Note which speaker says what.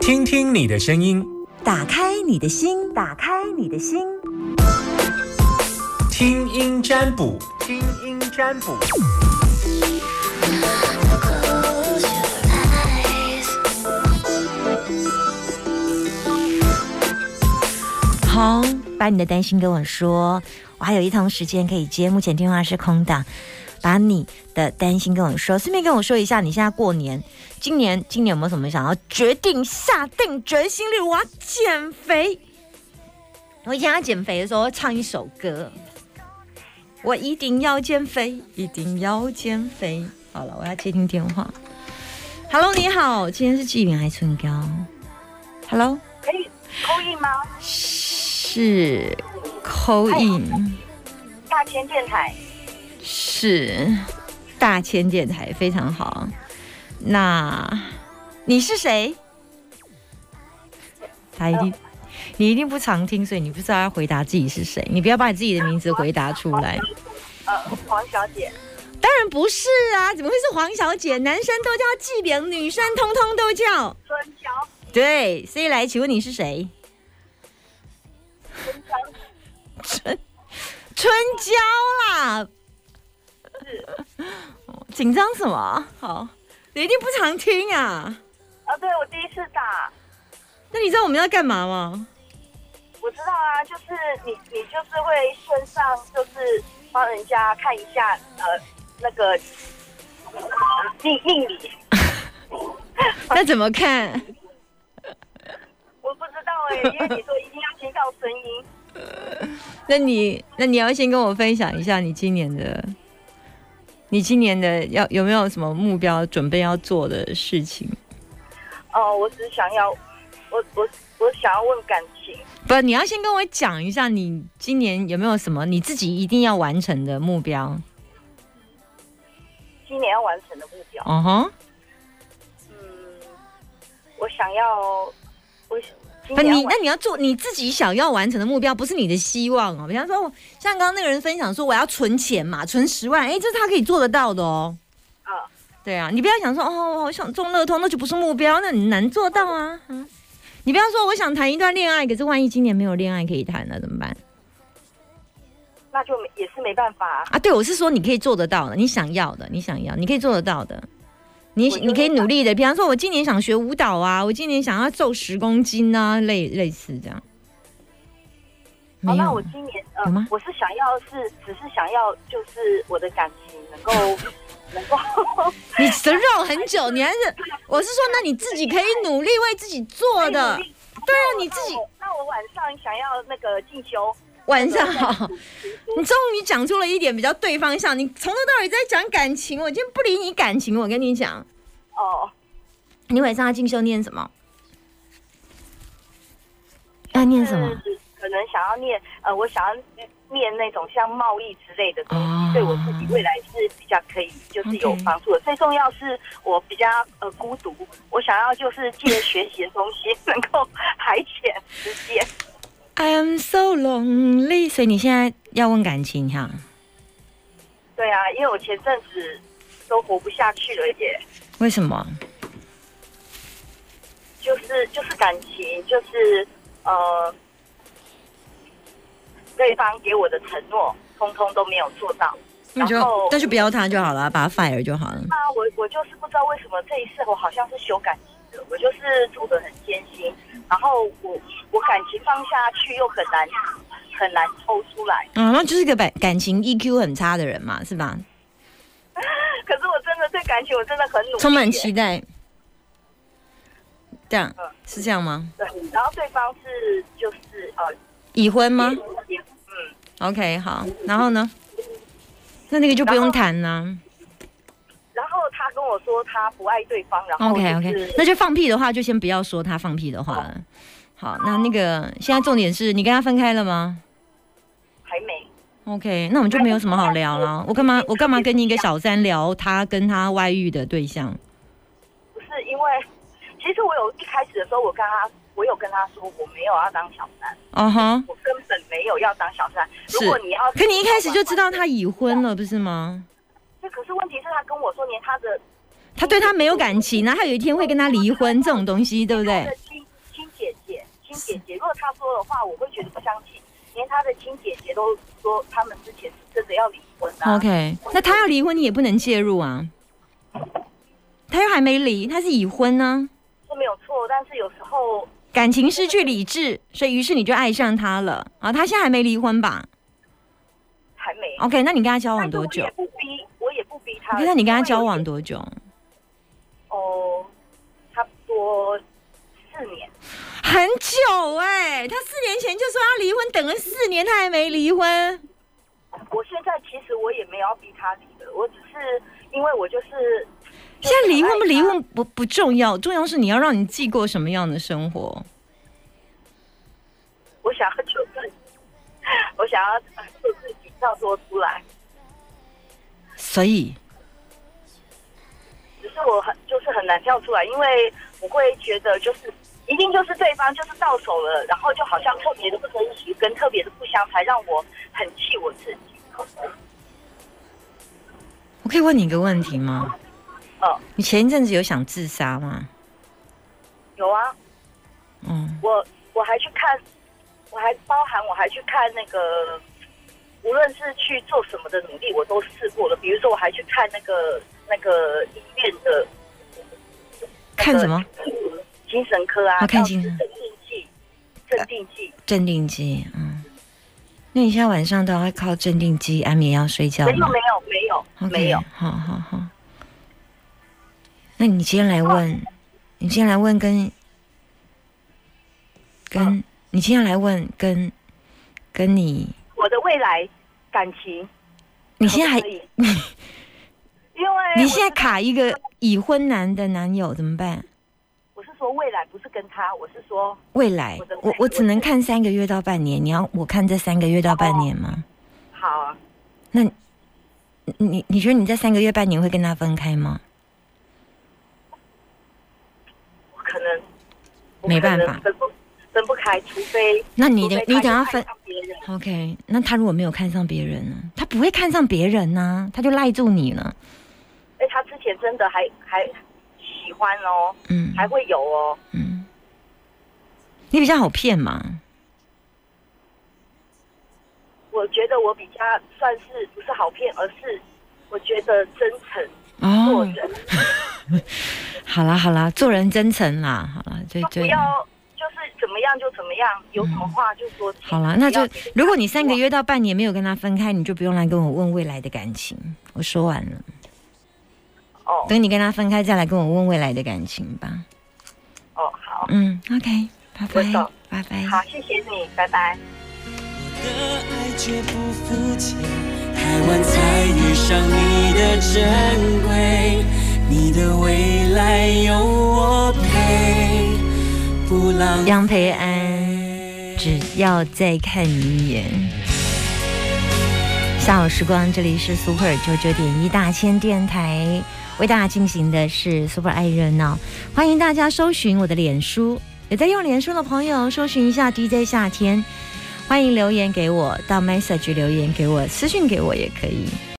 Speaker 1: 听你的声音，
Speaker 2: 打开你的心，打开你的心，
Speaker 1: 听音占卜，听音占卜。
Speaker 2: 好，把你的担心跟我说，我还有一通时间可以接，目前电话是空档。把你的担心跟我说，顺便跟我说一下，你现在过年，今年今年有没有什么想要决定、下定决心，例如我要减肥。我以前要减肥的时候，唱一首歌，我一定要减肥，一定要减肥。好了，我要接听电话。Hello，你好，今天是纪云还是春娇？Hello，
Speaker 3: 可以扣印吗？
Speaker 2: 是 call in。
Speaker 3: 大千电台，
Speaker 2: 是大千电台非常好。那你是谁？他一定，你一定不常听，所以你不知道要回答自己是谁。你不要把你自己的名字回答出来。
Speaker 3: 呃，黄小姐，
Speaker 2: 当然不是啊，怎么会是黄小姐？男生都叫纪玲，女生通通都叫。
Speaker 3: 春娇，
Speaker 2: 对，所以来，请问你是谁？
Speaker 3: 春娇
Speaker 2: 春娇啦。哦紧张什么？好，你一定不常听啊。
Speaker 3: 啊，对，我第一次打，
Speaker 2: 那你知道我们要干嘛吗？
Speaker 3: 我知道啊，就是你，你就是会线上，就是帮人家看一下，呃，那个呃命命理，
Speaker 2: 那怎么看？
Speaker 3: 我不知道 哎、因为你说一定要听到声音，
Speaker 2: 那你那你要先跟我分享一下你今年的，你今年的要有没有什么目标准备要做的事情？
Speaker 3: 哦，我只想要，我我我想要问感情，
Speaker 2: 不，你要先跟我讲一下你今年有没有什么你自己一定要完成的目标？
Speaker 3: 今年要完成的目标，
Speaker 2: 哦哼，
Speaker 3: 嗯，我想要，我今
Speaker 2: 不，
Speaker 3: 年要
Speaker 2: 你
Speaker 3: 完
Speaker 2: 那你要做你自己想要完成的目标，不是你的希望哦。比方说我，像刚刚那个人分享说我要存钱嘛，存十万，哎，这是他可以做得到的哦。
Speaker 3: 呃
Speaker 2: 对啊，你不要想说哦，我好想中乐透，那就不是目标，那你难做到啊。嗯你不要说我想谈一段恋爱，可是万一今年没有恋爱可以谈了怎么办
Speaker 3: 那就没也是没办法、
Speaker 2: 啊？对，我是说你可以做得到的，你想要的，你想要，你可以做得到的。你
Speaker 3: 我觉得
Speaker 2: 你可以努力的，比方说，我今年想学舞蹈啊，我今年想要瘦十公斤啊，类类似这样。没
Speaker 3: 哦，
Speaker 2: 有，
Speaker 3: 那我今年呃
Speaker 2: 有吗，
Speaker 3: 我是想要是，只是想要就是我的感情能够
Speaker 2: 啊
Speaker 3: 能够，
Speaker 2: 你折肉很久，你还是我是说，那你自己可以努力为自己做的。对啊，你自己
Speaker 3: 那我。那我晚上想要那个进修，
Speaker 2: 晚上好，你终于讲出了一点比较对方向。你从头到尾在讲感情，我今天不理你感情。我跟你讲，
Speaker 3: 哦，
Speaker 2: 你晚上要进修念什么？要念什么？
Speaker 3: 是？可能想要念呃，我想要念那种像贸易之类的东西，
Speaker 2: 哦
Speaker 3: 对我自己未来是比较可以就是有
Speaker 2: OK
Speaker 3: 帮助的。最重要是我比较呃孤独，我想要就是 借学习的东西能够排遣时间。
Speaker 2: I'm 呃 so lonely。所以你现在要问感情哈？
Speaker 3: 对啊，因为我前阵子都活不下去了耶。
Speaker 2: 为什么？
Speaker 3: 就是就是感情，就是呃，对方给我的承诺，通通都没有做到。
Speaker 2: 那就
Speaker 3: 然后
Speaker 2: 那就不要他就好了，把他 fire 就好了。
Speaker 3: 那我我就是不知道为什么这一次我好像是修感情的，我就是读得很艰辛，然后我我感情放下去又很难很难抽出来。
Speaker 2: 啊、那就是个感感情 EQ 很差的人嘛，是吧？
Speaker 3: 可是我真的对感情我真的很努力耶，
Speaker 2: 充满期待，这样
Speaker 3: 嗯
Speaker 2: 是这样吗？
Speaker 3: 对。然后对方是就是呃，
Speaker 2: 已婚吗？
Speaker 3: 也嗯，
Speaker 2: OK，好，然后呢？那那个就不用谈啦、
Speaker 3: 然后他跟我说他不爱对方，然后、就是、
Speaker 2: OK OK，那就放屁的话就先不要说他放屁的话了。好，那那个现在重点是你跟他分开了吗
Speaker 3: 还没。
Speaker 2: ？OK，那我们就没有什么好聊了。我干嘛我干嘛跟你一个小三聊他跟他外遇的对象？
Speaker 3: 不是因为，其实我有一开始的时候，我跟他，我有跟他说我没有要当小三，
Speaker 2: 哦哈，
Speaker 3: 我根本没有要当小三。如果你要，
Speaker 2: 可你一开始就知道他已婚了，不是吗？
Speaker 3: 对。可是问题是，他跟我说连他的
Speaker 2: 他对他没有感情啊，他有一天会跟他离婚，这种东西对不
Speaker 3: 他
Speaker 2: 对
Speaker 3: 的？亲亲亲姐姐，如果她说的话，我会觉得不相信，连她的亲姐姐都说他们之前是真的要离婚的、啊。
Speaker 2: OK，那他要离婚，你也不能介入啊。他又还没离，他是已婚呢、
Speaker 3: 是没有错，但是有时候
Speaker 2: 感情失去理智，所以于是你就爱上他了啊。他现在还没离婚吧
Speaker 3: 还没。
Speaker 2: ？OK，那你跟他交往
Speaker 3: 但是
Speaker 2: 哦多
Speaker 3: 我
Speaker 2: 久
Speaker 3: 也不逼，我也不逼他。
Speaker 2: ？OK，那你跟他交往
Speaker 3: 因为
Speaker 2: 多久？
Speaker 3: 有哦，差不多四年。
Speaker 2: 很久哎、他四年前就说要离婚，等了四年他还没离婚。
Speaker 3: 我现在其实我也没有要逼他离的，我只是因为我就是
Speaker 2: 现在离婚不离，婚不不重要，重要是你要让你自己过什么样的生活。
Speaker 3: 我想要求自己，我想要求自己跳脱出来。
Speaker 2: 所以
Speaker 3: 只是我很就是很难跳出来，因为我会觉得就是一定就是对方就是到手了，然后就好像特别的不珍惜跟特别的不相，才让我很气我自己。
Speaker 2: 我可以问你一个问题吗？
Speaker 3: 嗯，
Speaker 2: 你前一阵子有想自杀吗？
Speaker 3: 有啊，
Speaker 2: 嗯，
Speaker 3: 我我还去看，我还包含我还去看那个，无论是去做什么的努力，我都试过了。比如说，我还去看那个那个医院的
Speaker 2: 看什么？
Speaker 3: 精神科啊，
Speaker 2: 啊看精神
Speaker 3: 药师镇定剂，镇定剂。
Speaker 2: 镇定剂。嗯，那你现在晚上都要靠镇定剂、安眠药睡觉
Speaker 3: 没有
Speaker 2: 吗
Speaker 3: 没有没有没
Speaker 2: 嗯
Speaker 3: 有
Speaker 2: OK，，好好好。那你今天来
Speaker 3: 哦
Speaker 2: 问，你今天来问跟跟、
Speaker 3: 哦
Speaker 2: 你今天来问跟跟你，
Speaker 3: 我的未来感情
Speaker 2: 你现在还
Speaker 3: 可以，因为
Speaker 2: 你
Speaker 3: 我
Speaker 2: 现在
Speaker 3: 是
Speaker 2: 卡一个已婚男的男友怎么办？
Speaker 3: 我是说未来不是跟他，我是说
Speaker 2: 未来
Speaker 3: 我的未来
Speaker 2: 我我只能看三个月到半年，你要我看这三个月到半年吗？
Speaker 3: 好啊，
Speaker 2: 你你你觉得你在三个月半年会跟他分开吗？
Speaker 3: 我可能我
Speaker 2: 没办法
Speaker 3: 可能分不分不开，除非
Speaker 2: 那你的
Speaker 3: 除非
Speaker 2: 你等他
Speaker 3: 他就
Speaker 2: 分
Speaker 3: 爱上别人，
Speaker 2: OK，那他如果没有看上别人呢？他不会看上别人呐、他就赖住你了。
Speaker 3: 哎，他之前真的还还喜欢哦，
Speaker 2: 嗯，
Speaker 3: 还会有哦，
Speaker 2: 嗯，你比较好骗嘛。
Speaker 3: 我觉得我比较算是不是好骗，而是我觉得真诚做
Speaker 2: 哦，
Speaker 3: 人，
Speaker 2: 好啦好啦，做人真诚啦，好啦，对
Speaker 3: 就不
Speaker 2: 对，
Speaker 3: 要就是怎么样就怎么样，有什么话就说清楚。
Speaker 2: 好啦，那就
Speaker 3: 不要
Speaker 2: 如果你三个月到半年没有跟他分开，你就不用来跟我问未来的感情。我说完了，
Speaker 3: 哦
Speaker 2: 等你跟他分开再来跟我问未来的感情吧。
Speaker 3: 哦好
Speaker 2: 嗯，OK，拜
Speaker 3: 我懂
Speaker 2: 拜，拜拜。
Speaker 3: 好，谢谢你，拜拜。
Speaker 4: 的爱绝不肤浅，太晚才遇上你的珍贵，你的未来有我陪，不浪
Speaker 2: 杨培安。
Speaker 4: 费。
Speaker 2: 只要再看你一眼。下午时光，这里是 Super 九九点一大千电台，为大家进行的是 Super 爱热闹，欢迎大家搜寻我的脸书，有在用脸书的朋友搜寻一下 DJ 夏天，欢迎留言给我，到 Message 留言给我，私讯给我也可以。